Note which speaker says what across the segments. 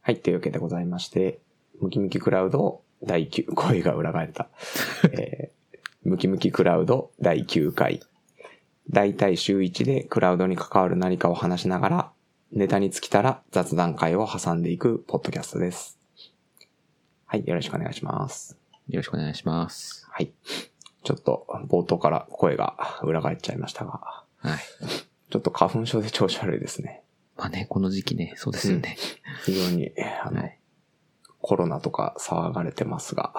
Speaker 1: はい、というわけでございまして、ムキムキクラウド第9、声が裏返った。えームキムキクラウド第9回。大体週1でクラウドに関わる何かを話しながら、ネタに尽きたら雑談会を挟んでいくポッドキャストです。はい、よろしくお願いします。
Speaker 2: よろしくお願いします。
Speaker 1: はい。ちょっと冒頭から声が裏返っちゃいましたが、
Speaker 2: はい。
Speaker 1: ちょっと花粉症で調子悪いですね。
Speaker 2: まあね、この時期ね、そうですよね。
Speaker 1: 非常に、あの、
Speaker 2: はい
Speaker 1: コロナとか騒がれてます が、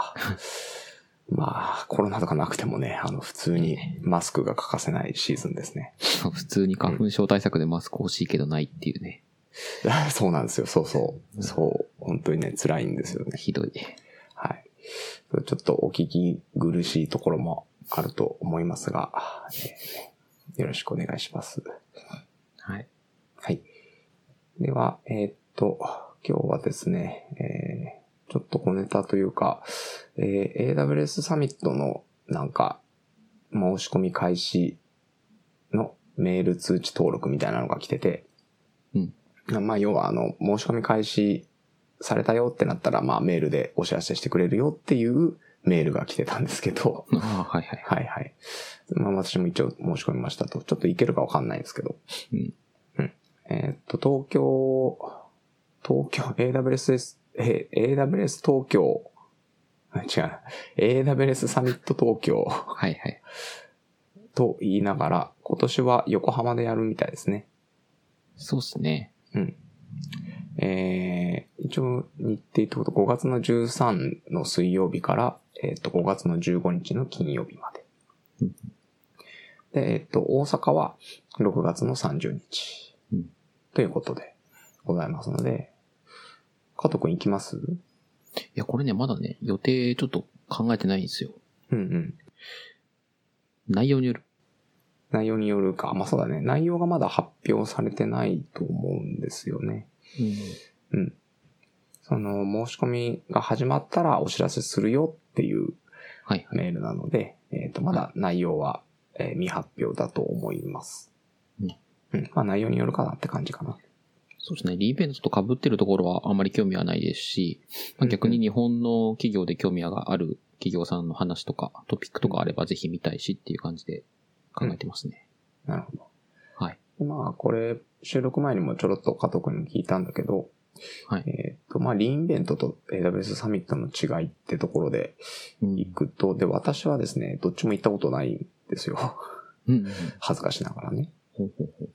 Speaker 1: まあ、コロナとかなくてもね、あの、普通にマスクが欠かせないシーズンですね。
Speaker 2: そう普通に花粉症対策でマスク欲しいけどないっていうね。
Speaker 1: そうなんですよ、そうそう。そう、本当にね、辛いんですよね。
Speaker 2: ひどい。
Speaker 1: はい。ちょっとお聞き苦しいところもあると思いますが、えーよろしくお願いします。
Speaker 2: はい。
Speaker 1: はい。では、えーっと、今日はですね、えーちょっと小ネタというか、えー AWS サミットのなんか、申し込み開始のメール通知登録みたいなのが来てて、
Speaker 2: うん
Speaker 1: まあ、要は、あの、申し込み開始されたよってなったら、まあ、メールでお知らせしてくれるよっていうメールが来てたんですけど、
Speaker 2: ああ、 はいはい。
Speaker 1: はいはい。まあ私も一応申し込みましたと。ちょっといけるかわかんないんですけど。
Speaker 2: うん。
Speaker 1: うん。えーっと、東京、東京、AWS、え AWS 東京、あ違うな、AWS サミット東京
Speaker 2: はいはい。
Speaker 1: と言いながら、今年は横浜でやるみたいですね。
Speaker 2: そうっすね。
Speaker 1: うん。えー、一応日程ってこと5月の13の水曜日から、えーっと5月の15日の金曜日まで
Speaker 2: うん。
Speaker 1: で、えーっと、大阪は6月の30日
Speaker 2: うん。
Speaker 1: ということでございますので、加藤くん行きます
Speaker 2: いや、これね、まだね、予定ちょっと考えてないんですよ。
Speaker 1: うんうん。
Speaker 2: 内容による。
Speaker 1: 内容によるか。まあ、そうだね。内容がまだ発表されてないと思うんですよね。
Speaker 2: うん。
Speaker 1: うん。その、申し込みが始まったらお知らせするよっていう
Speaker 2: はいはい。
Speaker 1: メールなので、えっ、と、まだ内容は、えー未発表だと思います。
Speaker 2: うん。
Speaker 1: うん。まあ内容によるかなって感じかな。
Speaker 2: そうですね。リーベントと被ってるところはあまり興味はないですし、まあ、逆に日本の企業で興味がある企業さんの話とか、トピックとかあればぜひ見たいしっていう感じで考えてますね。
Speaker 1: なるほど。
Speaker 2: はい。
Speaker 1: でまあこれ、収録前にもちょろっと加藤君に聞いたんだけど、
Speaker 2: はい
Speaker 1: えっ、と、まあリーンベントと AWS サミットの違いってところで
Speaker 2: うん。
Speaker 1: 行くと、で、私はですね、どっちも行ったことないんですよ。
Speaker 2: うんうんうん。
Speaker 1: 恥ずかしながらね。
Speaker 2: ほうほうほう。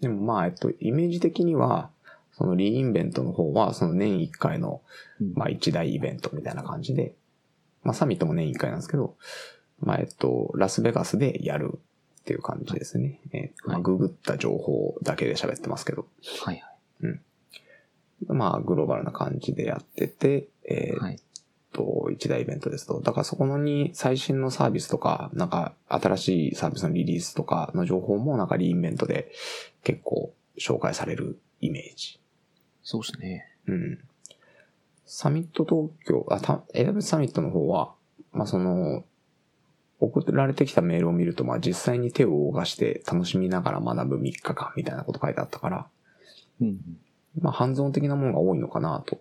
Speaker 1: でもまあ、えっと、イメージ的には、そのリーインベントの方は、その年1回の、
Speaker 2: うん
Speaker 1: まあ一大イベントみたいな感じで、まあサミットも年1回なんですけど、まあえっと、ラスベガスでやるっていう感じですね。えーまあ
Speaker 2: はい
Speaker 1: ググった情報だけで喋ってますけど、
Speaker 2: はいはい。
Speaker 1: まあグローバルな感じでやってて、えー
Speaker 2: はい。
Speaker 1: えっと、一大イベントですと。だからそこのに最新のサービスとか、なんか新しいサービスのリリースとかの情報もなんかリーンベントで結構紹介されるイメージ。
Speaker 2: そうですね。
Speaker 1: うん。サミット東京、あ、た AWS サミットの方は、まあ、その、送られてきたメールを見ると、まあ、実際に手を動かして楽しみながら学ぶ3日間みたいなこと書いてあったから、
Speaker 2: うんうん。
Speaker 1: まあ、ハンズオン的なものが多いのかなと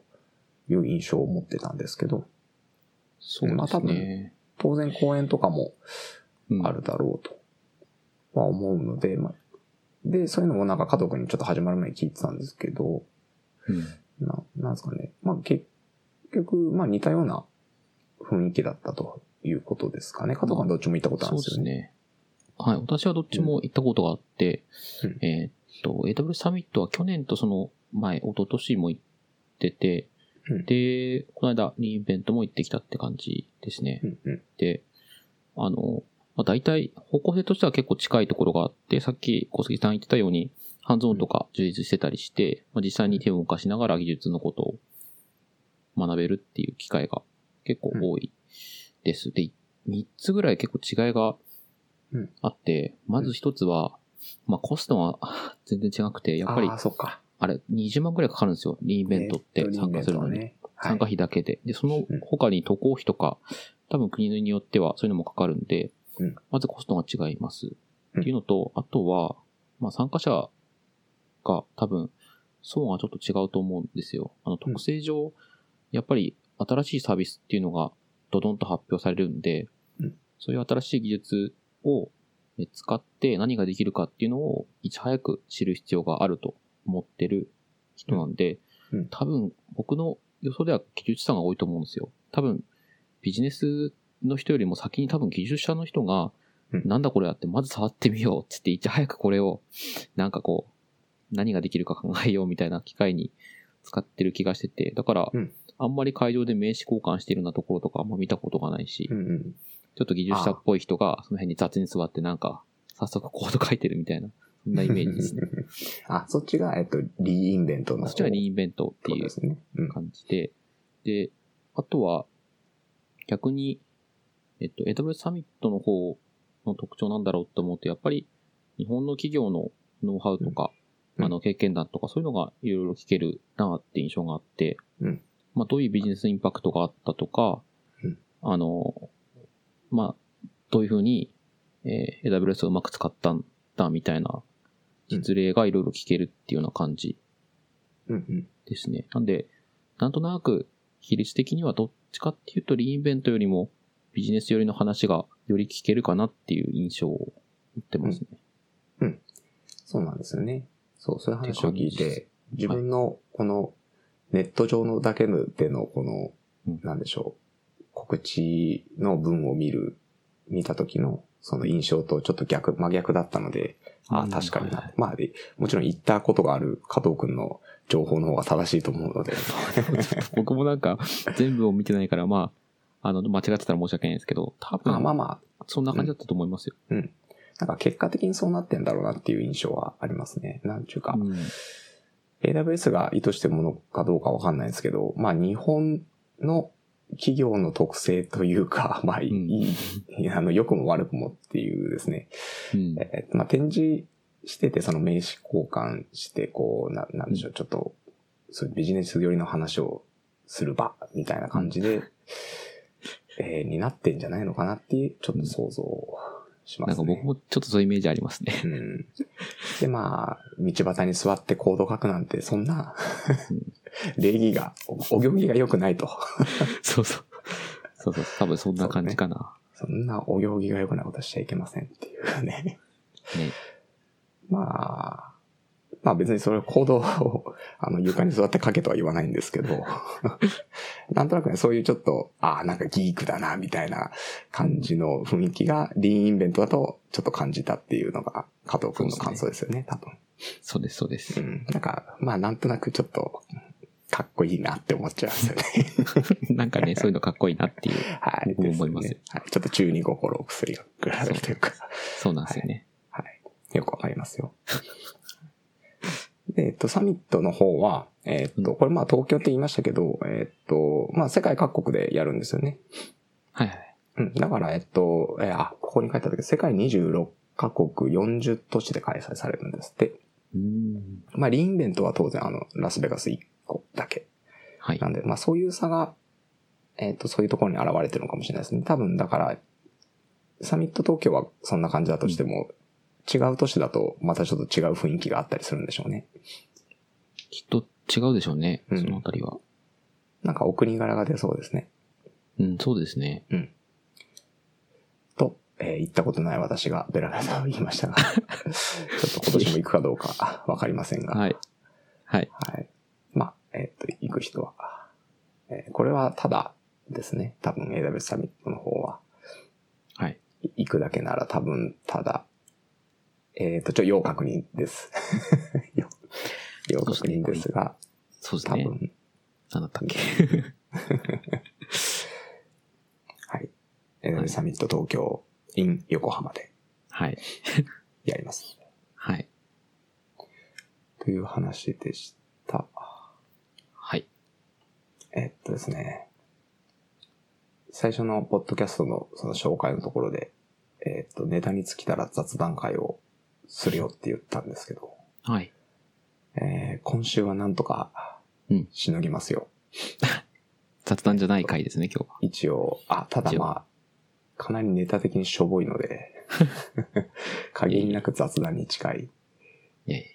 Speaker 1: いう印象を持ってたんですけど、
Speaker 2: そう
Speaker 1: ま
Speaker 2: で
Speaker 1: あ多分
Speaker 2: すね。
Speaker 1: 当然講演とかも
Speaker 2: うん
Speaker 1: ある。だろうとは思うので、まあ、で、そういうのもなんか加藤君にちょっと始まる前に聞いてたんですけど、
Speaker 2: うん。
Speaker 1: ななんですかね。まあ結局、まあ似たような雰囲気だったということですかね。加藤君はどっちも行ったことあ
Speaker 2: そ
Speaker 1: る
Speaker 2: うんで
Speaker 1: です
Speaker 2: す
Speaker 1: よね。
Speaker 2: ね。はい。私はどっちも行ったことがあって、
Speaker 1: うん
Speaker 2: えーっと、AW サミットは去年とその前、一昨年も行ってて、
Speaker 1: うん
Speaker 2: で、この間、リーベントも行ってきたって感じですね。
Speaker 1: うんうん。
Speaker 2: で、あの、まあ、大体、方向性としては結構近いところがあって、さっき小杉さん言ってたように、ハンズオンとか充実してたりして、まあ、実際に手を動かしながら技術のことを学べるっていう機会が結構多いです。で、3つぐらい結構違いが
Speaker 1: うん
Speaker 2: あって、まず1つは、まあ、コストは 全然違くて、やっぱり
Speaker 1: あ、あ、そっか。
Speaker 2: あれ、20万ぐらいかかるんですよ。リーベントって参加するのに。
Speaker 1: ね。はい
Speaker 2: 参加費だけで。で、その
Speaker 1: うん
Speaker 2: 他に渡航費とか、多分国によってはそういうのもかかるんで、
Speaker 1: うん
Speaker 2: まずコストが違います。
Speaker 1: うん
Speaker 2: っていうのと、あとは、まあ参加者が多分、層がちょっと違うと思うんですよ。あの、特性上、やっぱり新しいサービスっていうのがドドンと発表されるんで、
Speaker 1: うん
Speaker 2: そういう新しい技術をえ使って何ができるかっていうのをいち早く知る必要があると思ってる人なんで、
Speaker 1: うんうん
Speaker 2: 多分僕の予想では技術者が多いと思うんですよ。多分ビジネスの人よりも先に多分技術者の人が、
Speaker 1: うん
Speaker 2: なんだこれやって、まず触ってみようっつって、いち早くこれを、なんかこう、何ができるか考えようみたいな機会に使ってる気がしてて、だから
Speaker 1: うん、
Speaker 2: あんまり会場で名刺交換してるようなところとかあんま見たことがないし
Speaker 1: う、んうん。
Speaker 2: ちょっと技術者っぽい人がその辺に雑に座ってなんか、早速コード書いてるみたいな、そんなイメージで すね。
Speaker 1: あ、そっちが、えっと、リインベントの
Speaker 2: そ
Speaker 1: 方。
Speaker 2: っちはリインベントって
Speaker 1: ってこと
Speaker 2: いう
Speaker 1: ですね。うん。
Speaker 2: 感じで、で、あとは、逆に、えっと、AWS サミットの方の特徴なんだろうと思うと、やっぱり、日本の企業のノウハウとか、
Speaker 1: うん
Speaker 2: あの、経験談とか、そういうのがいろいろ聞けるなって印象があって、
Speaker 1: うん
Speaker 2: まあ、どういうビジネスインパクトがあったとか、
Speaker 1: うん
Speaker 2: あの、まあ、どういうふうに、えー AWS をうまく使ったんだ、みたいな、実例がいろいろ聞けるっていうような感じ
Speaker 1: うんうん。
Speaker 2: ですね。なんで、なんとなく、比率的にはどっちかっていうと、リーンベントよりもビジネス寄りの話がより聞けるかなっていう印象を持ってますね。
Speaker 1: そうなんですよね。そう、そういう話を聞い
Speaker 2: って感じで
Speaker 1: て、自分のこのネット上のだけでのこの
Speaker 2: うん、
Speaker 1: なんでしょう、告知の文を見る、見た時のその印象とちょっと逆、真逆だったので、あ
Speaker 2: う
Speaker 1: あ、
Speaker 2: ん
Speaker 1: 確かに
Speaker 2: はいは
Speaker 1: な。まあ、でもちろん言ったことがある加藤くんの情報の方が正しいと思うので、
Speaker 2: 僕もなんか、 全部を見てないから、まあ、あの、間違ってたら申し訳ないんですけど、多
Speaker 1: まあまあ
Speaker 2: 分、
Speaker 1: まあ、
Speaker 2: そんな感じだったと思いますよ。
Speaker 1: うん。なんか結果的にそうなってんだろうなっていう印象はありますね。なんちゅうか、
Speaker 2: うん
Speaker 1: AWS が意図してるものかどうかわかんないですけど、まあ日本の企業の特性というか、 まあいい、
Speaker 2: うん
Speaker 1: いやあの、良くも悪くもっていうですね、
Speaker 2: うん
Speaker 1: えーまあ展示してて、その名刺交換して、こう、ななんでしょう、ちょっと、そういうビジネス寄りの話をする場みたいな感じ で、えーになってんじゃないのかなっていう、ちょっと想像しま
Speaker 2: なん
Speaker 1: す
Speaker 2: か
Speaker 1: ね。
Speaker 2: 僕もちょっとそういうイメージありますね。
Speaker 1: うんで、まあ、道端に座ってコード書くなんて、そんな
Speaker 2: うん、
Speaker 1: 礼儀が、おお行儀が良くないと。
Speaker 2: そうそう。そうそう。多分そんな感じかな。
Speaker 1: そんなお行儀が良くないことしちゃいけませんっていうね。
Speaker 2: ね。
Speaker 1: まあ、まあ別にそれをコードを、あの、床に座って書けとは言わないんですけど、 なんとなくね、そういうちょっと、ああ、なんかギークだな、みたいな感じの雰囲気が、リーンインベントだとちょっと感じたっていうのが、加藤くんの感想ですよね、多分。
Speaker 2: そうです、そうです
Speaker 1: う。ん。なんか、まあなんとなくちょっと、かっこいいなって思っちゃいます よね。
Speaker 2: なんかね、そういうのかっこいいなっていう、
Speaker 1: はい。
Speaker 2: 僕も思いますよ
Speaker 1: ですねはい。ちょっと中二心を薬がくられるというか、
Speaker 2: そうなんですよね。
Speaker 1: はい。よくわかりますよ。で、えっと、サミットの方は、えっと、これまあ東京って言いましたけど、えっと、まあ世界各国でやるんですよね。
Speaker 2: はいはい。
Speaker 1: うん。だから、えっと、えーあ、ここに書いてあったけど、世界26カ国40都市で開催されるんですって。
Speaker 2: うん。
Speaker 1: まあ、リーンインベントは当然、あの、ラスベガス1個だけ
Speaker 2: はい
Speaker 1: な。んで、まあそういう差が、えっ、と、そういうところに現れてるのかもしれないですね。多分だから、サミット東京はそんな感じだとしても、違う都市だとまたちょっと違う雰囲気があったりするんでしょうね。
Speaker 2: きっと違うでしょうね、
Speaker 1: うん
Speaker 2: そのあたりは。
Speaker 1: なんかお国柄が出そうですね。
Speaker 2: うん、そうですね。
Speaker 1: と、えー言ったことない私がベラベラと言いましたが、ちょっと今年も行くかどうかわかりませんが、
Speaker 2: はい。はい。
Speaker 1: はい。まあ、えっ、と、行く人は、えーこれはただですね。多分 AWS サミットの方は。
Speaker 2: はい。
Speaker 1: い行くだけなら多分、ただ、えっ、と、ちょ、要確認です。 要要確認ですが、
Speaker 2: そうです
Speaker 1: 多
Speaker 2: ね。
Speaker 1: 分、
Speaker 2: なんだったっけ。
Speaker 1: はい。えーサミット東京 in 横浜で
Speaker 2: はい。
Speaker 1: やります。
Speaker 2: はい。
Speaker 1: という話でした。
Speaker 2: はい。
Speaker 1: えっとですね。最初のポッドキャストのその紹介のところで、えっと、ネタに尽きたら雑談会をするよって言ったんですけど、
Speaker 2: はい。
Speaker 1: えー今週はなんとか
Speaker 2: うん、
Speaker 1: しのぎますよ。
Speaker 2: 雑談じゃない回ですね、今日は。
Speaker 1: 一応、あ、ただ
Speaker 2: 一応
Speaker 1: まあ、かなりネタ的にしょぼいの で、限りなく雑談に近い
Speaker 2: いやい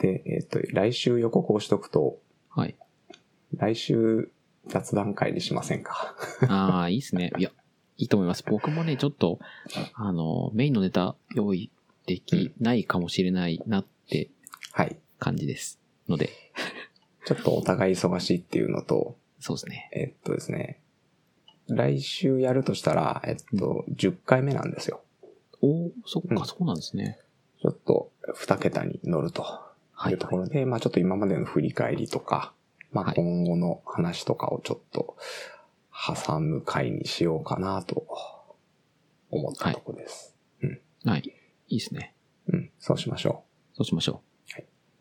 Speaker 1: で、えっ、と、来週予告をしとくと、
Speaker 2: はい。
Speaker 1: 来週雑談会にしませんか。
Speaker 2: ああ、いいですね。いや、いいと思います。僕もね、ちょっと、あの、メインのネタ用意できないかもしれないなって
Speaker 1: はい。
Speaker 2: 感じです。ので、
Speaker 1: ちょっとお互い忙しいっていうのと、
Speaker 2: そうですね。
Speaker 1: えっ、とですね、来週やるとしたら、えっ、と、10回目なんですよ。
Speaker 2: おおそっ
Speaker 1: う
Speaker 2: か、
Speaker 1: ん
Speaker 2: そうなんですね。
Speaker 1: ちょっと2桁に乗ると。
Speaker 2: はいいう
Speaker 1: ところで、まあちょっと今までの振り返りとか、ま
Speaker 2: は
Speaker 1: あ
Speaker 2: い
Speaker 1: 今後の話とかをちょっと挟む回にしようかなと思ったとこです。
Speaker 2: はい。いいですね。
Speaker 1: うん、そうしましょ
Speaker 2: そうしましょ
Speaker 1: う。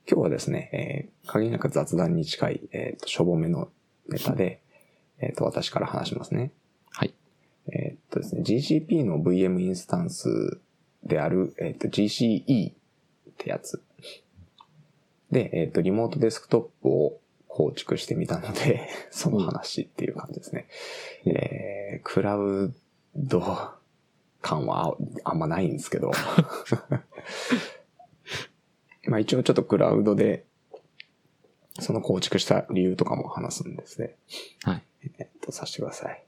Speaker 1: 今日はですね、えー、限りなく雑談に近い、えーと、しょぼめのネタで、えっ、と、私から話しますね。
Speaker 2: う。はい。
Speaker 1: えっ、とですね、GCP の VM インスタンスである、えっ、と、GCE ってやつ。で、えっ、と、リモートデスクトップを構築してみたので、 その話っていう感じですね。えー、クラウド感はああんまないんです けど。まあ一応ちょっとクラウドで、その構築した理由とかも話すんですね。
Speaker 2: はい。
Speaker 1: えっと、させてください。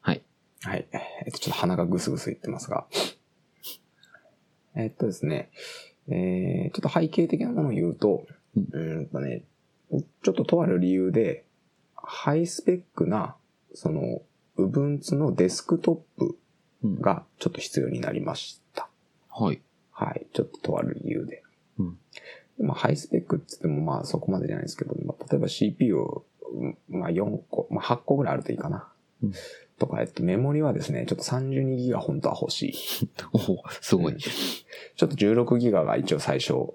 Speaker 2: はい。
Speaker 1: はい。えっと、ちょっと鼻がぐすぐすいってますが。えっとですね、えー、ちょっと背景的なものを言うと、
Speaker 2: う
Speaker 1: うんーんとね、ちょっととある理由で、ハイスペックな、その、Ubuntu のデスクトップ
Speaker 2: うん。
Speaker 1: がちょっと必要になりました。
Speaker 2: はい。
Speaker 1: はい。ちょっととある理由で。
Speaker 2: うん
Speaker 1: まあ、ハイスペックって言っても、まあ、そこまでじゃないですけど、まあ、例えば CPU を、うんまあ、4個、まあ、8個ぐらいあるといいかな。
Speaker 2: うん
Speaker 1: とか、えっと、メモリはですね、ちょっと32ギガ本当は欲しい。
Speaker 2: おおすごい。
Speaker 1: ちょっと16ギガが一応最初、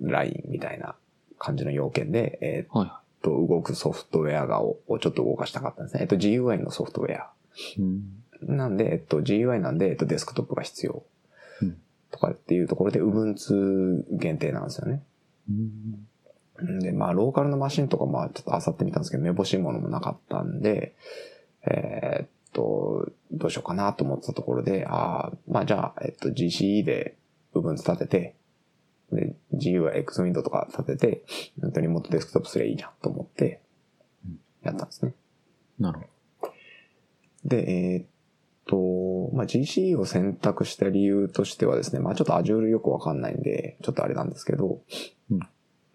Speaker 1: ラインみたいな感じの要件で、えっ
Speaker 2: は
Speaker 1: と、動くソフトウェアがををちょっと動かしたかったんですね。えっと、GUI のソフトウェア。
Speaker 2: い。うん。
Speaker 1: なんで、えっと、GUI なんで、えっと、デスクトップが必要
Speaker 2: うん。
Speaker 1: とかっていうところで、Ubuntu 限定なんですよね。
Speaker 2: うん
Speaker 1: で、まあ、ローカルのマシンとか、まあ、ちょっと漁ってみたんですけど、めぼしいものもなかったんで、えーっと、どうしようかなと思ってたところで、ああ、まあ、じゃあ、えっと、GCE で部分立てて、で、GU は XWind とか立てて、本当にもっとデスクトップすればいいじゃんと思って
Speaker 2: うん、
Speaker 1: やったんですね。
Speaker 2: なるほど。
Speaker 1: で、えーっと、まあ、GCE を選択した理由としてはですね、まあ、ちょっと Azure よくわかんないんで、ちょっとあれなんですけど、
Speaker 2: うん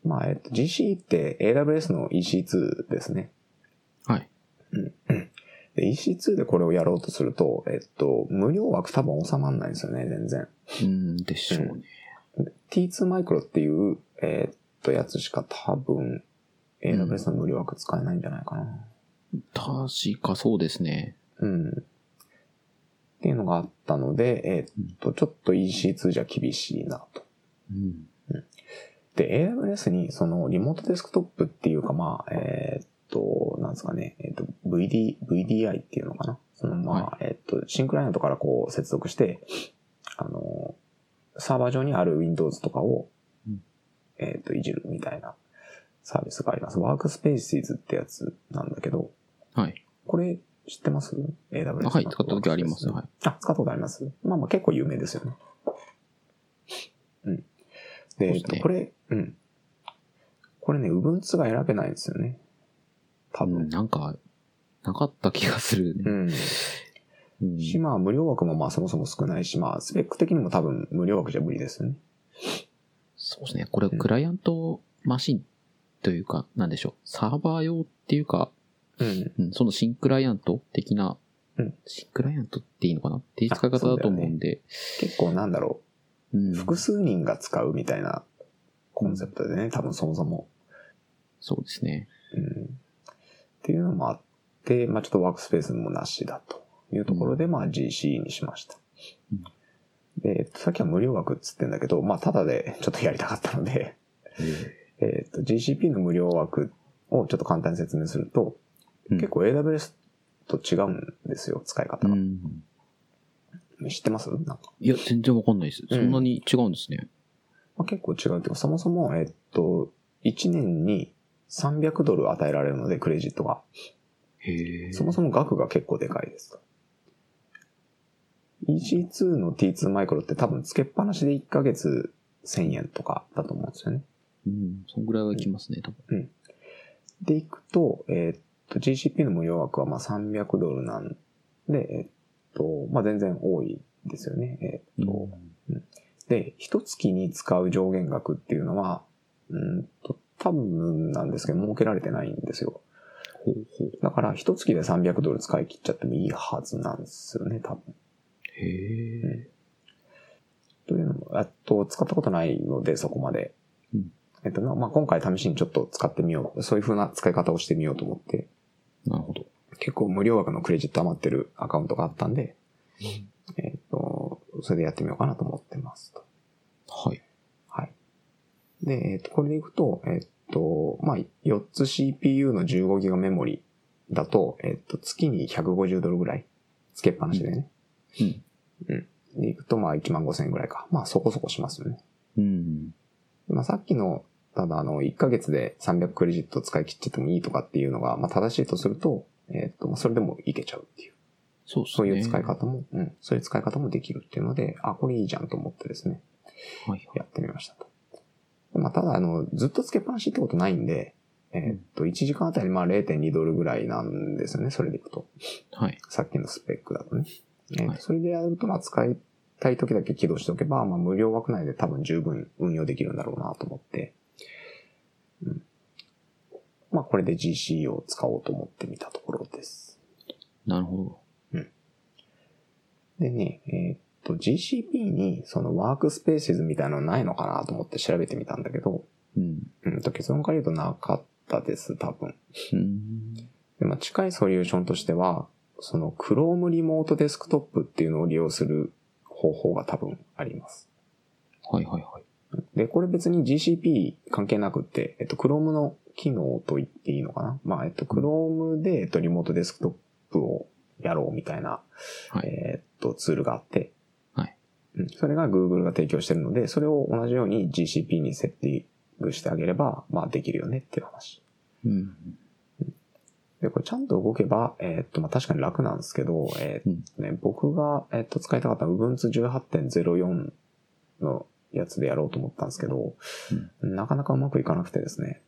Speaker 1: まあ、えっと、GCE って AWS の EC2 ですね。
Speaker 2: はい。
Speaker 1: で EC2 でこれをやろうとすると、えっと、無料枠多分収まんないんですよね、全然。
Speaker 2: うんでしょうね。
Speaker 1: T2 マイクロっていう、えっと、やつしか多分、AWS の無料枠使えないんじゃないかな。
Speaker 2: 確かそうですね。
Speaker 1: うん。っていうのがあったので、えっと、ちょっと EC2 じゃ厳しいなと。
Speaker 2: うん。
Speaker 1: で、AWS にそのリモートデスクトップっていうか、まあ、えーっと、なんですかね、えーっと、VD、VDI っていうのかな。そのまあ、えーっと、シンクライアントからこう接続して、あの、サーバー上にある Windows とかを
Speaker 2: うん、
Speaker 1: えーっと、いじるみたいなサービスがあります。ワークスペーシーズってやつなんだけど、
Speaker 2: はい。
Speaker 1: これ知ってます ?AWS の。
Speaker 2: はい、使った時あります。はい。
Speaker 1: あ、使ったことありますまあまあ結構有名ですよね。うん。で、
Speaker 2: そうで
Speaker 1: えっ
Speaker 2: すね
Speaker 1: と、これ、うん。これね、Ubuntu が選べないんですよね。多
Speaker 2: うん
Speaker 1: 分。
Speaker 2: なんか、なかった気がするね。
Speaker 1: うん。
Speaker 2: うん
Speaker 1: し、まあ無料枠もまあそもそも少ないし、まあスペック的にも多分無料枠じゃ無理ですよね。
Speaker 2: そうですね。これ、クライアントマシンというか、なんでしょう。サーバー用っていうか、
Speaker 1: うん。
Speaker 2: うん、その新クライアント的な、
Speaker 1: うん
Speaker 2: 新クライアントっていいのかなっていう使い方だと思うんで、
Speaker 1: 結構なんだろ
Speaker 2: うん
Speaker 1: う、複数人が使うみたいなコンセプトでね、多分そもそも。
Speaker 2: そうですね。
Speaker 1: うんっていうのもあって、まあ、ちょっとワークスペースもなしだというところで、まあ、GC にしました。
Speaker 2: うん
Speaker 1: で、えっとさっきは無料枠っつってんだけど、まあ、ただでちょっとやりたかったので、 えっと、GCP の無料枠をちょっと簡単に説明すると、
Speaker 2: うん
Speaker 1: 結構 AWS と違うんですよ、使い方
Speaker 2: う
Speaker 1: が。
Speaker 2: ん。
Speaker 1: 知ってますなんか。
Speaker 2: いや、全然わかんないです。そんなに違うんですね。
Speaker 1: まあ、結構違うけど、そもそも、えっと、1年に300ドル与えられるので、クレジットが。
Speaker 2: へえ。
Speaker 1: そもそも額が結構でかいですと。EC2 の T2 マイクロって多分付けっぱなしで1ヶ月1000円とかだと思うんですよね。
Speaker 2: うん。そんぐらいはいきますね、多分。
Speaker 1: でいくと、えーっと、GCP の無料枠はまあ300ドルなんで、えーっと、まあ全然多いですよね。えーっと、で、一月に使う上限額っていうのは、うんと、多分なんですけど、設けられてないんですよ。
Speaker 2: ほうほう。
Speaker 1: だから、一月で300ドル使い切っちゃってもいいはずなんですよね、多分。
Speaker 2: へえ。
Speaker 1: というのも、あと、使ったことないので、そこまで。
Speaker 2: うん
Speaker 1: えっと、まあ、今回試しにちょっと使ってみよう。そういう風な使い方をしてみようと思って。
Speaker 2: なるほど。
Speaker 1: 結構無料枠のクレジット余ってるアカウントがあったんで、えっと、それでやってみようかなと思ってますと。
Speaker 2: はい。
Speaker 1: はい。で、えっと、これでいくと、えっと、まあ、4つ CPU の 15GB メモリだと、えっと、月に150ドルぐらいつけっぱなしでね。
Speaker 2: うん。
Speaker 1: で、いくと、まあ、1万5000円ぐらいか。まあ、そこそこしますよね。
Speaker 2: うん。
Speaker 1: まあ、さっきの、ただ、あの、1ヶ月で300クレジット使い切っちゃってもいいとかっていうのが、まあ、正しいとすると、えっと、まあそれでもいけちゃうっていう。
Speaker 2: そうっすね。
Speaker 1: そういう使い。方も、うん、そういう使い方もできるっていうので、あ、これいいじゃんと思ってですね、
Speaker 2: はいはい。
Speaker 1: やってみましたと。まあ、ただ、あの、ずっとつけっぱなしってことないんで、えーっと、1時間あたり、まあ0.2ドルぐらいなんですよね、それでいくと。
Speaker 2: はい。
Speaker 1: さっきのスペックだとね。えーっと
Speaker 2: はい
Speaker 1: それでやると、まあ、使いたい時だけ起動しておけば、まあ、無料枠内で多分十分運用できるんだろうなと思って、うん。まあ、これで GC を使おうと思ってみたところです。
Speaker 2: なるほど。
Speaker 1: でね、えーっと、GCP にそのワークスペースみたいなのないのかなと思って調べてみたんだけど、
Speaker 2: うん。
Speaker 1: うんと結論から言うとなかったです、多分。
Speaker 2: うん。
Speaker 1: でまあ、近いソリューションとしては、その Chrome リモートデスクトップっていうのを利用する方法が多分あります。
Speaker 2: はいはいはい。
Speaker 1: で、これ別に GCP 関係なくって、えっと、Chrome の機能と言っていいのかなまあ、えっと、Chrome で、えっと、リモートデスクトップをやろうみたいな、
Speaker 2: はい
Speaker 1: えーっと、ツールがあって、
Speaker 2: はい
Speaker 1: うん。それが Google が提供してるので、それを同じように GCP にセッティングしてあげれば、まあ、できるよねっていう話。
Speaker 2: うん。
Speaker 1: で、これちゃんと動けば、えーっと、まあ、確かに楽なんですけど、えーっとね、僕が、えーっと、使いたかった Ubuntu 18.04のやつでやろうと思ったんですけど、なかなかうまくいかなくてですね。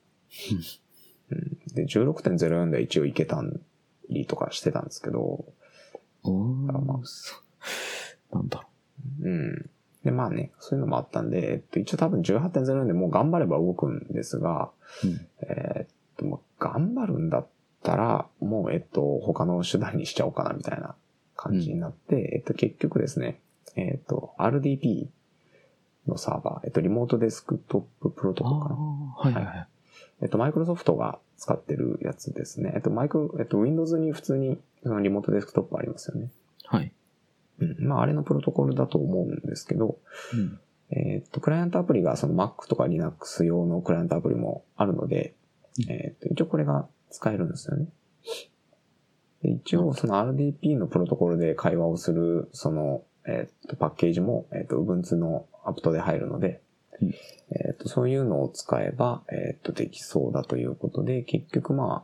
Speaker 1: うん、で、16.04では一応いけたりとかしてたんですけど、
Speaker 2: うん。
Speaker 1: あまあ
Speaker 2: あ、そう。なんだろ
Speaker 1: うん。で、まあね、そういうのもあったんで、えっと、一応多分18.04でもう頑張れば動くんですが、
Speaker 2: う。うん。
Speaker 1: えーっと、まあ頑張るんだったら、もう、えっと、他の手段にしちゃおうかな、みたいな感じになって、えっと、結局ですね、えーっと、RDP のサーバー、えっと、リモートデスクトッププロトコルかな。
Speaker 2: ああー、はいはいはい。
Speaker 1: えっと、マイクロソフトが使ってるやつですね。えっと、マイクロ、えっと、Windows に普通にそのリモートデスクトップありますよね。
Speaker 2: はい。
Speaker 1: うん。まあ、あれのプロトコルだと思うんですけど、
Speaker 2: うん。
Speaker 1: えっと、クライアントアプリがその Mac とか Linux 用のクライアントアプリもあるので、
Speaker 2: うん
Speaker 1: えっと、一応これが使えるんですよね。で一応、その RDP のプロトコルで会話をする、その、えっと、パッケージも、えっと、Ubuntu のアプトで入るので、
Speaker 2: うん
Speaker 1: えっと、そういうのを使えば、えっと、できそうだということで、結局まあ、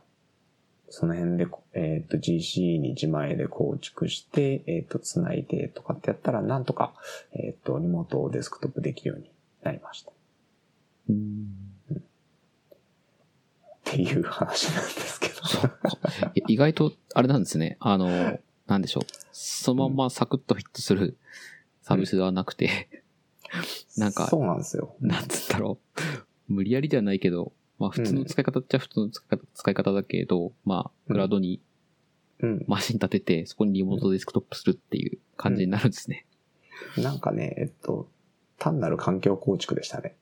Speaker 1: その辺で、えっと、GC に自前で構築して、えっと、繋いでとかってやったら、なんとか、えっと、リモートをデスクトップできるようになりました。
Speaker 2: うん。
Speaker 1: っていう話なんですけど。
Speaker 2: いや意外と、あれなんですね。あの、なんでしょう。そのままサクッとフィットするサービスではなくて、なんか
Speaker 1: そうなんですよ。
Speaker 2: なんつったろう。無理やりではないけど、まあ普通の使い方っちゃ普通の使い方使い方だけど、まあ、クラウドに
Speaker 1: うん。
Speaker 2: マシン立てて、そこにリモートデスクトップするっていう感じになるんですね。
Speaker 1: なんかね、えっと、単なる環境構築でしたね。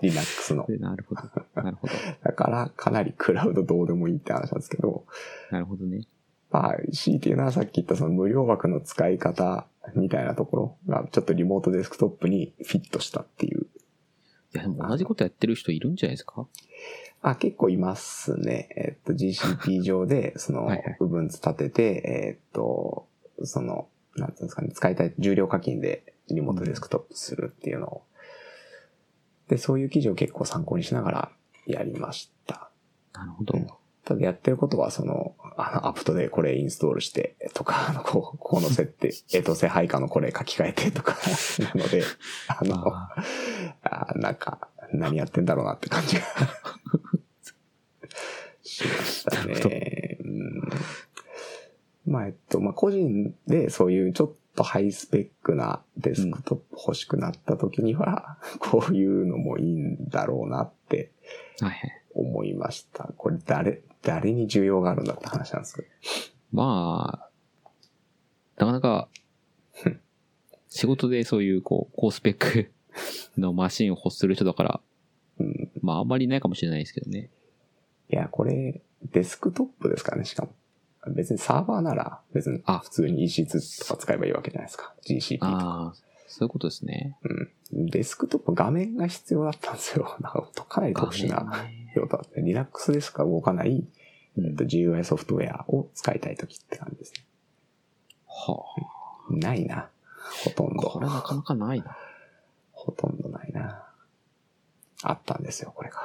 Speaker 1: Linux の。
Speaker 2: でなるほ ど。なるほど。
Speaker 1: だから、かなりクラウドどうでもいいって話なんですけど、
Speaker 2: なるほどね。
Speaker 1: まあ、強いて言うのはさっき言ったその無料枠の使い方みたいなところが、ちょっとリモートデスクトップにフィットしたっていう。
Speaker 2: いや、でも同じことやってる人いるんじゃないですか
Speaker 1: あ、結構いますね。えっと、GCP 上 で、その
Speaker 2: はいはい、
Speaker 1: 部分立てて、えっと、その、なんていうんですかね、使いたい重量課金でリモートデスクトップするっていうのを。で、そういう記事を結構参考にしながらやりました。
Speaker 2: なるほど。
Speaker 1: うんただやってることは、その、あの、アプトでこれインストールしてとか、あの、こう、この設 定、えっと、せ配下のこれ書き換えてとか、なので、あの、あ
Speaker 2: あー
Speaker 1: ーなんか、何やってんだろうなって感じが しました
Speaker 2: なるほど
Speaker 1: ね。うんまあ、えっと、まあ、個人でそういうちょっとハイスペックなデスクトップ欲しくなった時には、 こういうのもいいんだろうなって
Speaker 2: はいはい。
Speaker 1: 思いました。これ誰、誰に需要があるんだって話なんですけど。
Speaker 2: まあ、なかなか、仕事でそういう、こう、高スペック のマシンを欲する人だから、
Speaker 1: うん。
Speaker 2: まあ、あんまりいないかもしれないですけどね。
Speaker 1: いや、これ、デスクトップですからね、しかも。別にサーバーなら、別に
Speaker 2: あ
Speaker 1: 普通に EC2 とか使えばいいわけじゃないですか。GCP とか。
Speaker 2: ああ、そういうことですね。
Speaker 1: うん。デスクトップ画面が必要だったんですよ。 なんかかなり特殊な
Speaker 2: 画面ね
Speaker 1: 用途だった。Linux でしか動かない、
Speaker 2: う
Speaker 1: えっ
Speaker 2: ん
Speaker 1: と、GUI ソフトウェアを使いたいときって感じですね。
Speaker 2: はあ、
Speaker 1: ないな。ほとんど。
Speaker 2: これなかなかないな。
Speaker 1: ほとんどないな。あったんですよ、これが。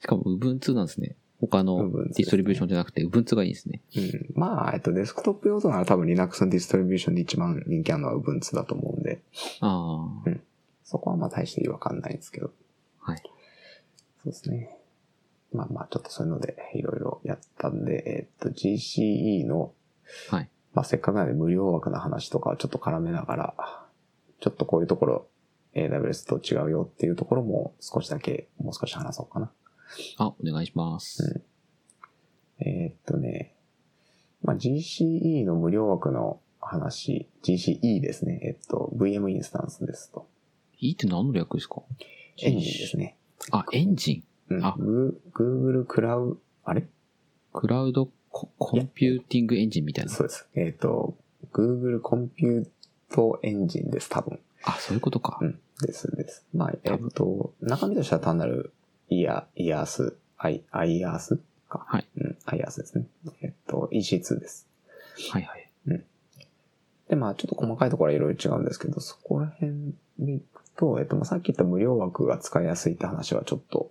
Speaker 2: しかも Ubuntu なんですね。他の
Speaker 1: Ubuntu
Speaker 2: ディストリビューションじゃなくて Ubuntu がいいんですね。
Speaker 1: うんまあ、えっと、デスクトップ用途なら多分 Linux のディストリビューションで一番人気あるのは Ubuntu だと思うんで、
Speaker 2: ああ、
Speaker 1: そこはまあ大して違和感ないんですけど。
Speaker 2: はい。
Speaker 1: そうですね。まあまあ、ちょっとそういうのでいろいろやったんで、えっと、GCE の、
Speaker 2: はい。
Speaker 1: まあせっかくなんで無料枠の話とかをちょっと絡めながら、ちょっとこういうところ、AWS と違うよっていうところも少しだけ、もう少し話そうかな。
Speaker 2: あ、お願いします。
Speaker 1: えーっとね、まあ、GCE の無料枠の話、GCE ですね。えっと、VM インスタンスですと。
Speaker 2: E って何の略ですか
Speaker 1: エンジンですね。
Speaker 2: あ、エンジン。
Speaker 1: うん。
Speaker 2: あ
Speaker 1: グ Google クラウ、あれ
Speaker 2: クラウドココンピューティングエンジンみたいな。
Speaker 1: そうです。えーっと、Google コンピュートエンジンです、多分。
Speaker 2: あ、そういうことか
Speaker 1: う。ん。です、です。まあ、え
Speaker 2: 多
Speaker 1: ーっと、中身としては単なるイヤ、イヤース、アイ、アイヤースか。
Speaker 2: はい。
Speaker 1: うん、アイヤースですね。えーっと、EC2 です。
Speaker 2: はいはい。
Speaker 1: で、まあ、ちょっと細かいところはいろいろ違うんですけど、そこら辺でいくと、えっと、まあ、さっき言った無料枠が使いやすいって話はちょっと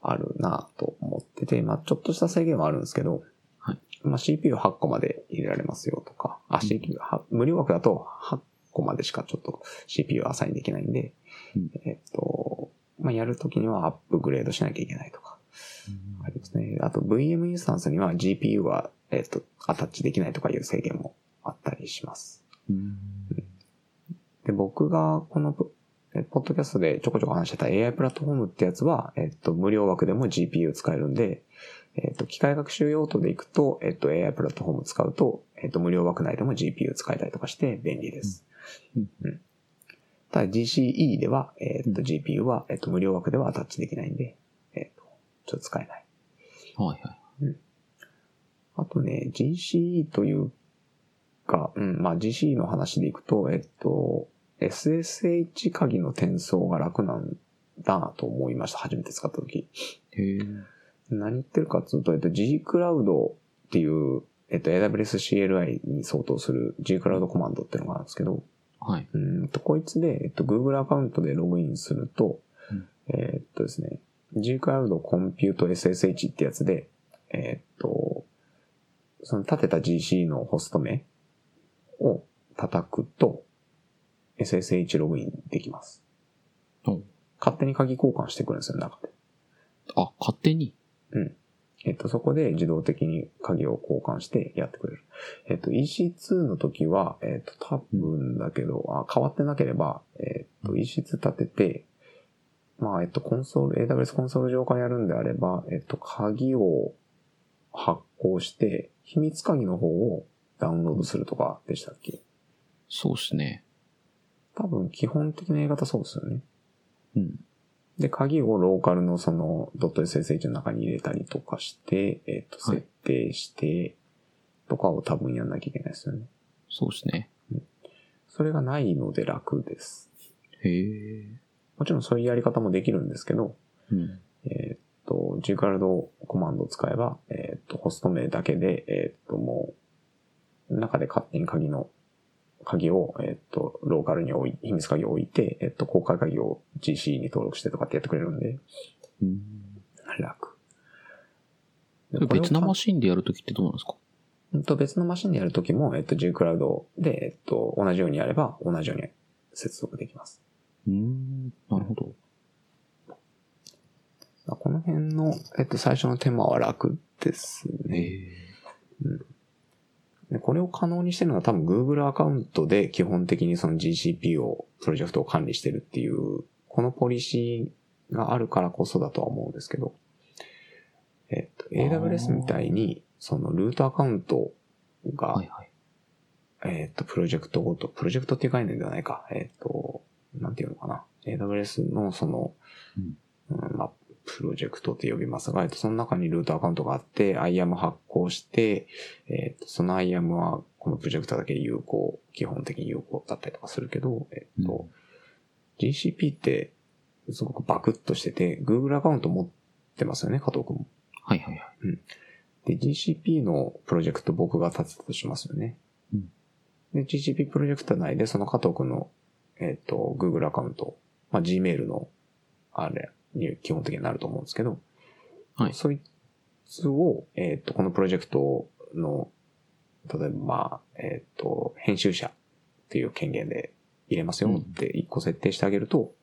Speaker 1: あるなと思ってて、まあ、ちょっとした制限はあるんですけど、
Speaker 2: はい
Speaker 1: まあ、CPU8 個まで入れられますよとか、あ、CPU、は無料枠だと8個までしかちょっと CPU アサインできないんで、
Speaker 2: うん
Speaker 1: えっと、まあ、やるときにはアップグレードしなきゃいけないとか、ありますね。あと VM インスタンスには GPU は、えっと、アタッチできないとかいう制限もあったりします。
Speaker 2: うん
Speaker 1: で、僕がこのポ、えポッドキャストでちょこちょこ話してた AI プラットフォームってやつは、えっと、無料枠でも GPU 使えるんで、えっと、機械学習用途でいくと、えっと、AI プラットフォーム使うと、えっと、無料枠内でも GPU 使えたりとかして便利です。
Speaker 2: うん
Speaker 1: うんただ GCE では、えっと、
Speaker 2: うん
Speaker 1: GPU は、えっと、無料枠ではアタッチできないんで、えっと、ちょっと使えない。
Speaker 2: はいはい。
Speaker 1: あとね、GCE というか、うん、まあ GCE の話でいくと、えっと、SSH 鍵の転送が楽なんだなと思いました。初めて使った時。
Speaker 2: へえ。
Speaker 1: 何言ってるかっていうと、えっと、G-Cloud っていう、えっと、AWS CLI に相当する G-Cloud コマンドっていうのがあるんですけど、
Speaker 2: はい。
Speaker 1: うんと、こいつで、えっと、Google アカウントでログインすると、
Speaker 2: うん
Speaker 1: えーっとですね、Gcloud コンピュート SSH ってやつで、えーっと、その立てた GC のホスト名を叩くと、SSH ログインできます。
Speaker 2: うん
Speaker 1: 勝手に鍵交換してくるんですよ、中で。
Speaker 2: あ、勝手に。
Speaker 1: えっと、そこで自動的に鍵を交換してやってくれる。えっと、EC2 の時は、えっと、多分だけど、あ変わってなければ、えっと、EC2 立てて、まあ、えっと、コンソール、AWS コンソール上からやるんであれば、えっと、鍵を発行して、秘密鍵の方をダウンロードするとかでしたっけ
Speaker 2: そうですね。
Speaker 1: 多分、基本的なやり方そうですよね。
Speaker 2: うん。
Speaker 1: で、鍵をローカルのその .ssh の中に入れたりとかして、えっ、と、
Speaker 2: はい
Speaker 1: 設定して、とかを多分やんなきゃいけないですよね。
Speaker 2: そうですね。
Speaker 1: それがないので楽です。
Speaker 2: へえ。
Speaker 1: もちろんそういうやり方もできるんですけど、
Speaker 2: うん。
Speaker 1: えっ、と、g カルドコマンドを使えば、えっ、と、ホスト名だけで、えっ、と、もう、中で勝手に鍵の、鍵を、えっ、と、ローカルに置い、秘密鍵を置いて、えっ、と、公開鍵を GC に登録してとかってやってくれるんで、
Speaker 2: うん。
Speaker 1: 楽。
Speaker 2: 別なマ
Speaker 1: シ
Speaker 2: シンでやるときってどうなんですか
Speaker 1: ンと別のマシンでやるときも、えっと、G クラウドで、えっと、同じようにやれば、同じように接続できます。
Speaker 2: うん、なるほど。
Speaker 1: この辺の、えっと、最初の手間は楽ですね。でこれを可能にしてるのは多分 Google アカウントで基本的にその GCP を、プロジェクトを管理してるっていう、このポリシーがあるからこそだとは思うんですけど、えっと、AWS みたいに、そのルートアカウントが、
Speaker 2: はいはい。
Speaker 1: えっ、と、プロジェクトごと、プロジェクトっていう概念ではないか。えっ、と、なんていうのかな。AWS のその、うんまあ、プロジェクトって呼びますが、えっと、その中にルートアカウントがあって、IAM 発行して、えっ、と、その IAM はこのプロジェクトだけ有効、基本的に有効だったりとかするけど、えっ、と、GCP ってすごくバクッとしてて、Google アカウント持ってますよね、加藤くんも。
Speaker 2: はいはいはい。
Speaker 1: で、GCP のプロジェクト僕が立てたとしますよね。
Speaker 2: うん
Speaker 1: で、GCP プロジェクト内でその加藤くんの、えっ、と、Google アカウント、まあ、Gmail の、あれに基本的になると思うんですけど、
Speaker 2: はい
Speaker 1: そいつを、えっ、と、このプロジェクトの、例えば、まあ、えっ、と、編集者っていう権限で入れますよって一個設定してあげると、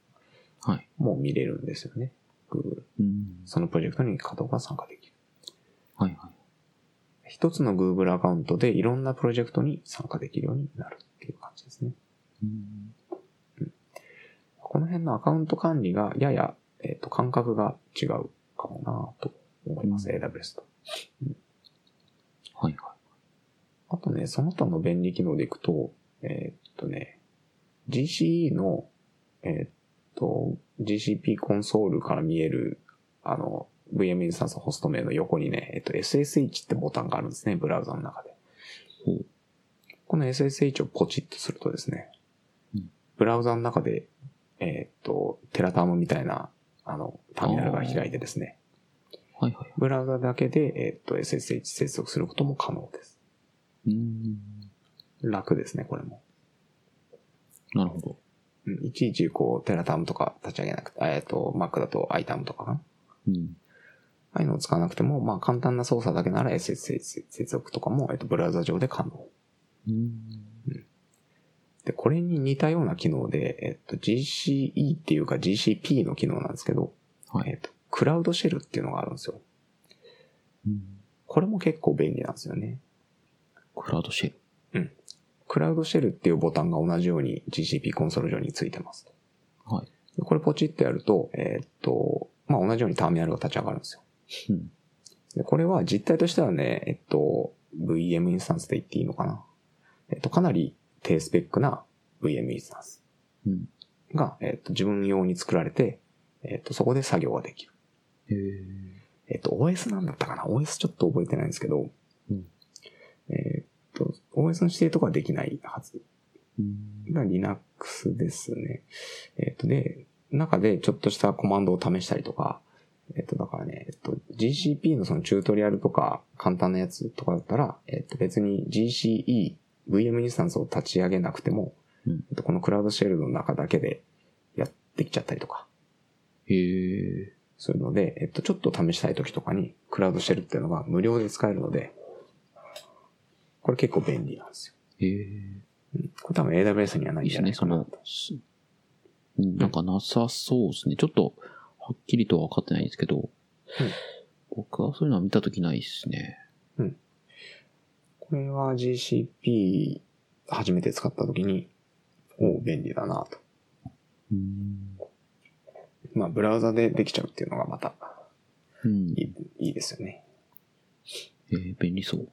Speaker 2: はい。
Speaker 1: もう見れるんですよね。Google。
Speaker 2: うん。
Speaker 1: そのプロジェクトに加藤が参加できる。
Speaker 2: はいはい。
Speaker 1: 一つの Google アカウントでいろんなプロジェクトに参加できるようになるっていう感じですね。
Speaker 2: うん
Speaker 1: この辺のアカウント管理がやや、えっと感覚が違うかもなと思います、
Speaker 2: うん
Speaker 1: AWS と。
Speaker 2: はいは
Speaker 1: あとね、その他の便利機能でいくと、えっとね、GCE の、えっと、GCP コンソールから見える、あの、VM インスタンスホスト名の横にね、えっと、SSH ってボタンがあるんですね、ブラウザの中で
Speaker 2: ほう。
Speaker 1: この SSH をポチッとするとですね
Speaker 2: うん、
Speaker 1: ブラウザの中で、えっと、テラタームみたいな、あの、ターミナルが開いてですね、
Speaker 2: い。はいは
Speaker 1: ブラウザだけで、えっと、SSH 接続することも可能です。
Speaker 2: い。うん。
Speaker 1: 楽ですね、これも。
Speaker 2: なるほど。
Speaker 1: うんいちいちこう、テラタームとか立ち上げなくて、えっと、Mac だと iTerm とかかな。
Speaker 2: うん。
Speaker 1: ああいうのを使わなくても、まあ簡単な操作だけなら SSH 接続とかも、えっと、ブラウザ上で可能。
Speaker 2: うん。
Speaker 1: で、これに似たような機能で、えっと、GCE っていうか GCP の機能なんですけど、
Speaker 2: はい
Speaker 1: えっと、クラウドシェルっていうのがあるんですよ。
Speaker 2: うん
Speaker 1: これも結構便利なんですよね。
Speaker 2: クラウドシェル。
Speaker 1: クラウドシェルっていうボタンが同じように GCP コンソール上についてます。
Speaker 2: はい。
Speaker 1: でこれポチッとやると、えーっと、まあ、同じようにターミナルが立ち上がるんですよ。
Speaker 2: うん
Speaker 1: でこれは実態としてはね、えっと、VM インスタンスで言っていいのかな。えっと、かなり低スペックな VM インスタンス
Speaker 2: うん。
Speaker 1: が、えっと、自分用に作られて、えっと、そこで作業ができる。
Speaker 2: へえ。
Speaker 1: えっと、OS なんだったかな ?OS ちょっと覚えてないんですけど、
Speaker 2: うん
Speaker 1: えっと、OS の指定とかはできないはず。
Speaker 2: うん。
Speaker 1: が Linux ですね。えっ、と、で、中でちょっとしたコマンドを試したりとか、えっ、と、だからね、えっ、と、GCP のそのチュートリアルとか、簡単なやつとかだったら、えっ、と、別に GCE、VM インスタンスを立ち上げなくても、
Speaker 2: うん
Speaker 1: えっとこのクラウドシェルの中だけでやってきちゃったりとか、
Speaker 2: へえ。
Speaker 1: するので、えっ、と、ちょっと試したい時とかに、クラウドシェルっていうのが無料で使えるので、これ結構便利なんですよ。
Speaker 2: へえ。
Speaker 1: うんこれ多分 AWS にはない
Speaker 2: い
Speaker 1: んじ
Speaker 2: いです
Speaker 1: ゃな
Speaker 2: ね、
Speaker 1: い
Speaker 2: そ
Speaker 1: かな
Speaker 2: の
Speaker 1: と。、
Speaker 2: すうんなんかなさそうですね。ちょっと、はっきりとは分かってないんですけど、僕はそういうのは見たときないですね。
Speaker 1: これは GCP 初めて使った時に、おう便利だなと。
Speaker 2: うん。
Speaker 1: まあ、ブラウザでできちゃうっていうのがまた
Speaker 2: うん。
Speaker 1: いいいいですよね。
Speaker 2: えー、便利そう。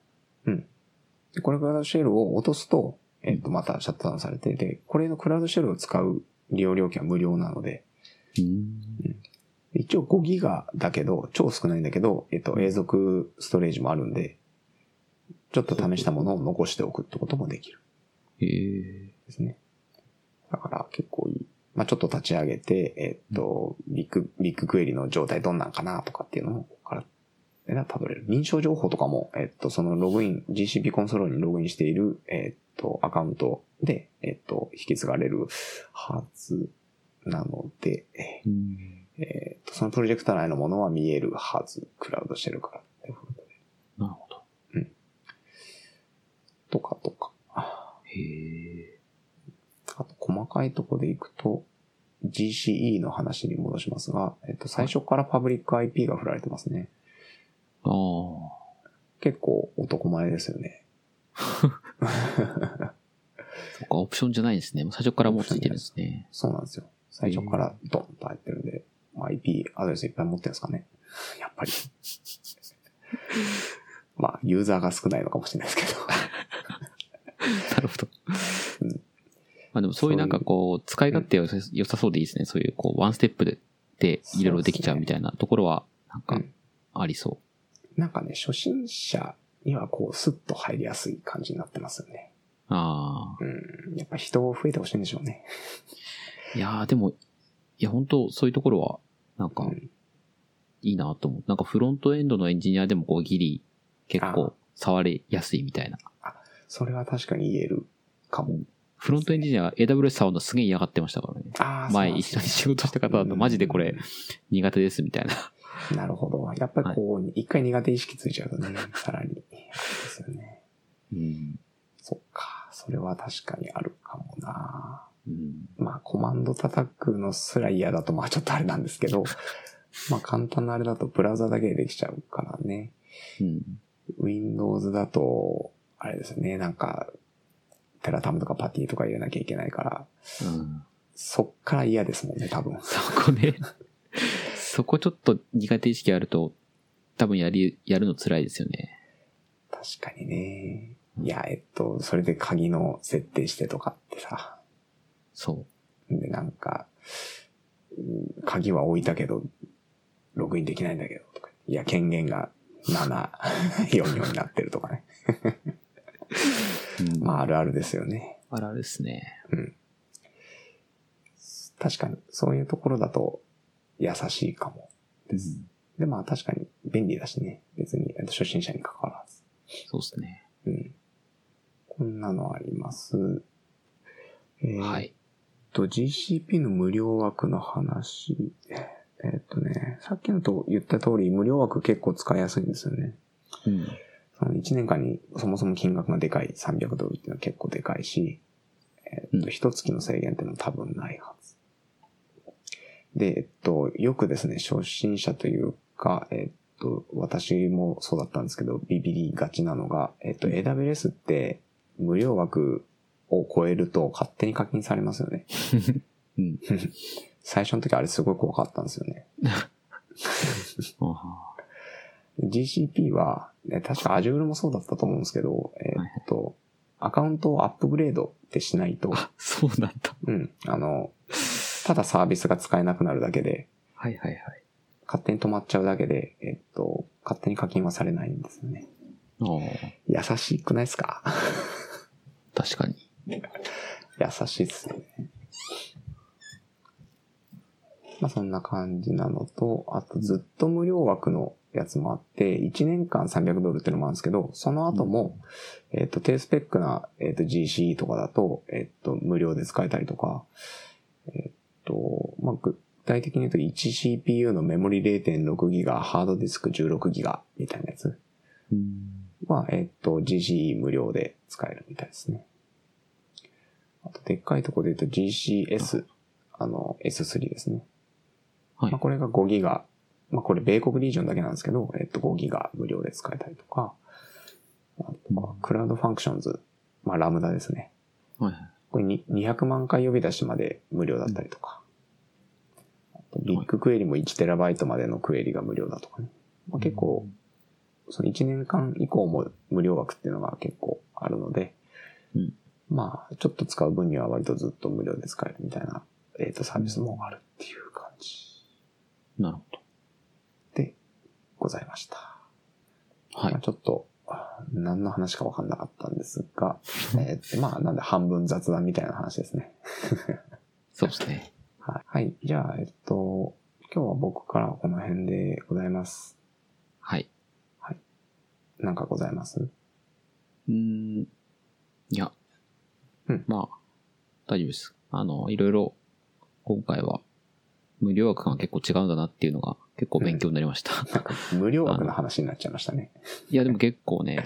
Speaker 1: でこれクラウドシェルを落とすと、えっと、またシャットダウンされて、で、これのクラウドシェルを使う利用料金は無料なので、
Speaker 2: うん。
Speaker 1: 一応5ギガだけど、超少ないんだけど、えっと、永続ストレージもあるんで、ちょっと試したものを残しておくってこともできる。
Speaker 2: へえ。
Speaker 1: ですね。だから結構いい。まあ、ちょっと立ち上げて、えっと、ビッグ、ビッグクエリの状態どんなんかなとかっていうのも、ここから、えら、たどれる。認証情報とかも、えっと、そのログイン、GCP コンソールにログインしている、えっと、アカウントで、えっと、引き継がれるはずなので、
Speaker 2: うん。
Speaker 1: えっと、そそのプロジェクト内のものは見えるはず、クラウドしてるからってことで。
Speaker 2: なるほど。
Speaker 1: とかとか。
Speaker 2: へえ。
Speaker 1: あと、細かいとこでいくと、GCE の話に戻しますが、えっと、最初からパブリック IP が振られてますね。
Speaker 2: ああ。
Speaker 1: 結構男前ですよね。
Speaker 2: そっか、オプションじゃないですね。もう最初からもうついてるんですね。
Speaker 1: そうなんですよ。最初からドンと入ってるんで、まあ IP アドレスいっぱい持ってるんですかね。やっぱ り。まあ、ユーザーが少ないのかもしれないですけど。
Speaker 2: なるほど
Speaker 1: うん。
Speaker 2: まあでもそういうなんかこう、使い勝手は良さ良さそうでいいですね。そういうこう、ワンステップで、で、いろいろできちゃうみたいなところは、なん
Speaker 1: う
Speaker 2: か
Speaker 1: ん、
Speaker 2: ありそ
Speaker 1: なんかね、初心者にはこう、スッと入りやすい感じになってますよね。
Speaker 2: う。あ
Speaker 1: うん。やっぱ人増えてほしいんでしょうね。
Speaker 2: あ。いやーでも、いや本当そういうところは、なんか
Speaker 1: う、ん
Speaker 2: いいなと思う。なんかフロントエンドのエンジニアでもこう、ギリ、結構、触れやすいみたいな。
Speaker 1: それは確かに言えるかも。
Speaker 2: フロントエンジニア、AWS 触るのすげえ嫌がってましたからね。
Speaker 1: ああ、そ
Speaker 2: 前
Speaker 1: うなんで
Speaker 2: 一
Speaker 1: す
Speaker 2: 緒
Speaker 1: ね
Speaker 2: に仕事した方だとマジでこれ苦手ですみたいな。
Speaker 1: なるほど。やっぱりこう、一回苦手意識ついちゃうとね、 さらに。ですよね。
Speaker 2: うん。
Speaker 1: そっか。それは確かにあるかもな。
Speaker 2: うん。
Speaker 1: まあ、コマンド叩くのすら嫌だと、まあちょっとあれなんですけど、まあ簡単なあれだとブラウザだけでできちゃうからね。
Speaker 2: うん。
Speaker 1: Windows だと、あれですね、なんか、テラタムとかパティとか入れなきゃいけないから、
Speaker 2: うん
Speaker 1: そっから嫌ですもんね、多分。
Speaker 2: そこね、 そこちょっと苦手意識あると、多分やり、やるの辛いですよね。
Speaker 1: 確かにね。いや、えっと、それで鍵の設定してとかってさ。
Speaker 2: そ
Speaker 1: で、なんか、うん鍵は置いたけど、ログインできないんだけど、とか。いや、権限が7、44になってるとかね。
Speaker 2: う。うん、
Speaker 1: まあ、あるあるですよね。
Speaker 2: あらですね。
Speaker 1: 確かに、そういうところだと、優しいかも。です。で、まあ、確かに、便利だしね。別に、えっと初心者に関わらず。
Speaker 2: そうですね。
Speaker 1: うん。こんなのあります。えー
Speaker 2: はい。
Speaker 1: えっと、GCP の無料枠の話。えっとね、さっきのと言った通り、無料枠結構使いやすいんですよね。
Speaker 2: うん。
Speaker 1: その1年間にそもそも金額がでかい300ドルっていうのは結構でかいし、えっ
Speaker 2: う
Speaker 1: と、
Speaker 2: ん
Speaker 1: 一月の制限っていうのは多分ないはず。で、えっと、よくですね、初心者というか、えっと、私もそうだったんですけど、ビビりがちなのが、えっと、AWS って無料枠を超えると勝手に課金されますよね。
Speaker 2: うん。
Speaker 1: 最初の時あれすごい怖かったんですよね。
Speaker 2: ああ
Speaker 1: GCP は、ね、確か Azure もそうだったと思うんですけど、えーっと、アカウントをアップグレードってしないと、
Speaker 2: あ、そうなんだ。
Speaker 1: うん、あの、ただサービスが使えなくなるだけで、
Speaker 2: はいはいはい。
Speaker 1: 勝手に止まっちゃうだけで、えーっと、勝手に課金はされないんですよね。
Speaker 2: ああ、
Speaker 1: 優しくないですか
Speaker 2: 確かに。
Speaker 1: 優しいっすよね。まあそんな感じなのと、あとずっと無料枠のやつもあって、1年間300ドルっていうのもあるんですけど、その後も、えっ、と、低スペックな、えっと GCE とかだと、えっ、と、無料で使えたりとか、えっ、と、まあ、具体的に言うと 1CPU のメモリ 0.6GB、ハードディスク 16GB みたいなやつ
Speaker 2: うん。
Speaker 1: は、えっ、と、GCE 無料で使えるみたいですね。あと、でっかいとこで言うと GCS、あの、S3 ですね。
Speaker 2: はい
Speaker 1: まあ、。これが5ギガ。まあ、これ米国リージョンだけなんですけど、えっと、5ギガ無料で使えたりとか、あとはクラウドファンクションズ、まあ、ラムダですね。
Speaker 2: はい。
Speaker 1: これに200万回呼び出しまで無料だったりとか、あとビッグクエリも 1TB までのクエリが無料だとかね。まあ、結構、その1年間以降も無料枠っていうのが結構あるので、
Speaker 2: うん
Speaker 1: まあ、ちょっと使う分には割とずっと無料で使えるみたいな、えっと、サービスもあるっていう感じ。
Speaker 2: なるほ
Speaker 1: でございました。
Speaker 2: ど。はい
Speaker 1: まあ。ちょっと、何の話か分かんなかったんですが、 えーまあ、なんで半分雑談みたいな話ですね。
Speaker 2: そうですね。
Speaker 1: はい。はい。じゃあ、えっと、今日は僕からこの辺でございます。
Speaker 2: はい。
Speaker 1: なんかございます
Speaker 2: うん。いや。
Speaker 1: うん
Speaker 2: まあ、大丈夫です。あの、いろいろ、今回は、無料枠が結構違うんだなっていうのが結構勉強になりました。
Speaker 1: なんか無料枠の話になっちゃいましたね。
Speaker 2: いや、でも結構ね、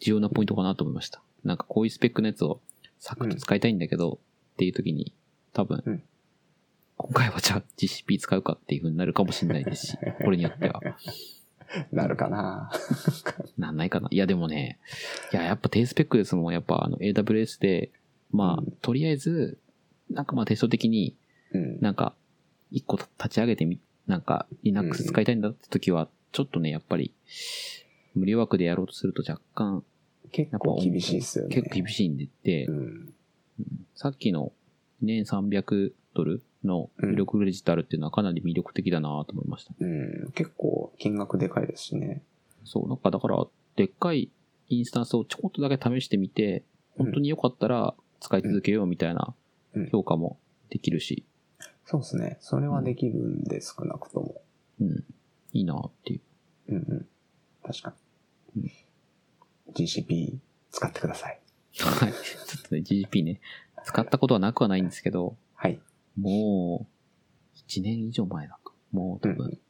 Speaker 2: 重要なポイントかなと思いました。なんかこういうスペックのやつをサクッと使いたいんだけど、っていう時に、多分、
Speaker 1: うん
Speaker 2: 今回はじゃあ GCP 使うかっていう風になるかもしれないですし、これによっては。
Speaker 1: なるかな
Speaker 2: なんないかな。いや、でもね、いや、やっぱ低スペックですもん。やっぱあの AWS で、ま
Speaker 1: う
Speaker 2: あ、とりあえず、なんかまあテスト的に
Speaker 1: うん。
Speaker 2: なんか、一個立ち上げてみ、なんか Linux 使いたいんだって時は、ちょっとね、やっぱり、無料枠でやろうとすると若干
Speaker 1: 結構厳しいっすよね。
Speaker 2: 結構厳
Speaker 1: し
Speaker 2: しいんでって、
Speaker 1: うん。
Speaker 2: さっきの年300ドルの無力クレジットあるっていうのはかなり魅力的だなと思いました。
Speaker 1: うん。結構金額でかいですしね。
Speaker 2: そう、なんかだから、でっかいインスタンスをちょこっとだけ試してみて、
Speaker 1: うん
Speaker 2: 本当に良かったら使い続けようみたいな
Speaker 1: うん
Speaker 2: 評価もできるし、
Speaker 1: そうですね。それはできるんで、少なくとも。
Speaker 2: うん、いいなってい
Speaker 1: う
Speaker 2: う。
Speaker 1: んうん。確かに。GCP 使ってください。
Speaker 2: はい。 ちょっとね、GGP ね、使ったことはなくはないんですけど、
Speaker 1: はい。
Speaker 2: もう、1年以上前だか。もう多
Speaker 1: う
Speaker 2: 分、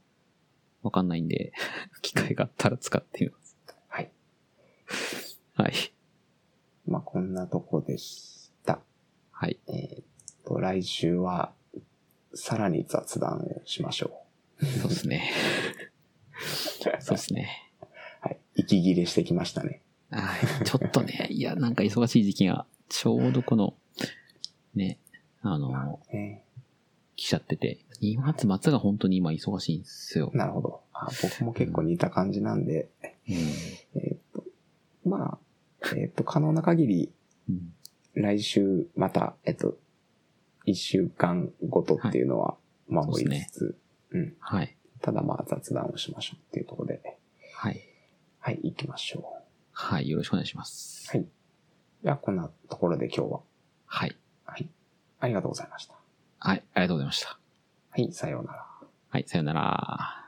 Speaker 2: わかんないんで、 機会があったら使ってみます。
Speaker 1: はい。
Speaker 2: はい。
Speaker 1: まあ、こんなとこでした。
Speaker 2: はい。
Speaker 1: えーっと、来週は、さらに雑談をしましょ
Speaker 2: そうですね。そうですね。
Speaker 1: う。はい。息切れしてきましたね。
Speaker 2: はい。ちょっとね、いや、なんか忙しい時期が、ちょうどこの、ね、あの、
Speaker 1: ね
Speaker 2: 来ちゃってて、2月末が本当に今忙しいんですよ。
Speaker 1: なるほど。あ僕も結構似た感じなんで、
Speaker 2: うん。
Speaker 1: えーっと、まあ、えーっと、可能な限り、
Speaker 2: うん
Speaker 1: 来週また、えっと、一週間ごとっていうのは守りつつ、うん。
Speaker 2: はい。
Speaker 1: ただまあ雑談をしましょうっていうところで、
Speaker 2: はい。
Speaker 1: はい、行きましょ
Speaker 2: はい。よろしくお願いします。
Speaker 1: う。はい。じゃあ、こんなところで今日は、
Speaker 2: はい。
Speaker 1: はい。ありがとうございました。
Speaker 2: はい。ありがとうございました。
Speaker 1: はい、さようなら。
Speaker 2: はい。さよなら。